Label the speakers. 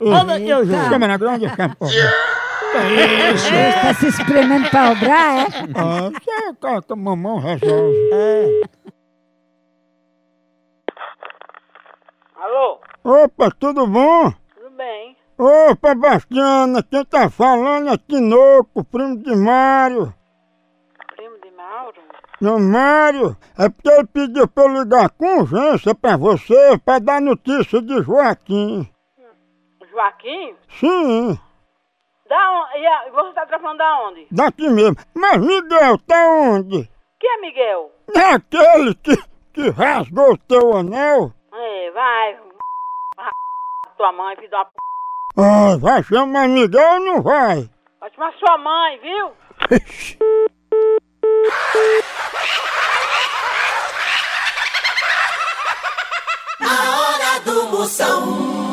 Speaker 1: Ô, meu Deus.
Speaker 2: Tá.
Speaker 1: Câmera grande, campo.
Speaker 2: Você está tá se espremendo pra obrar, é?
Speaker 1: Ah, você cara que mamão resolve.
Speaker 3: Alô?
Speaker 1: Opa, tudo bom?
Speaker 3: Tudo bem?
Speaker 1: Opa, Bastiana, quem tá falando é Tinoco, primo de Mário.
Speaker 3: Primo de Mauro?
Speaker 1: Não, Mário, é porque ele pediu pra eu ligar com urgência pra você, pra dar notícia de Joaquim.
Speaker 3: Joaquim?
Speaker 1: Sim,
Speaker 3: Da onde? E a- você tá telefonando da onde?
Speaker 1: daqui mesmo. Mas Miguel, tá onde?
Speaker 3: Quem é Miguel?
Speaker 1: Naquele que, que rasgou o teu anel?
Speaker 3: É, vai. vai, Tua mãe, filho da p.
Speaker 1: Ah, vai chamar Miguel ou não vai?
Speaker 3: Vai chamar sua mãe, viu?
Speaker 4: A hora do Moção.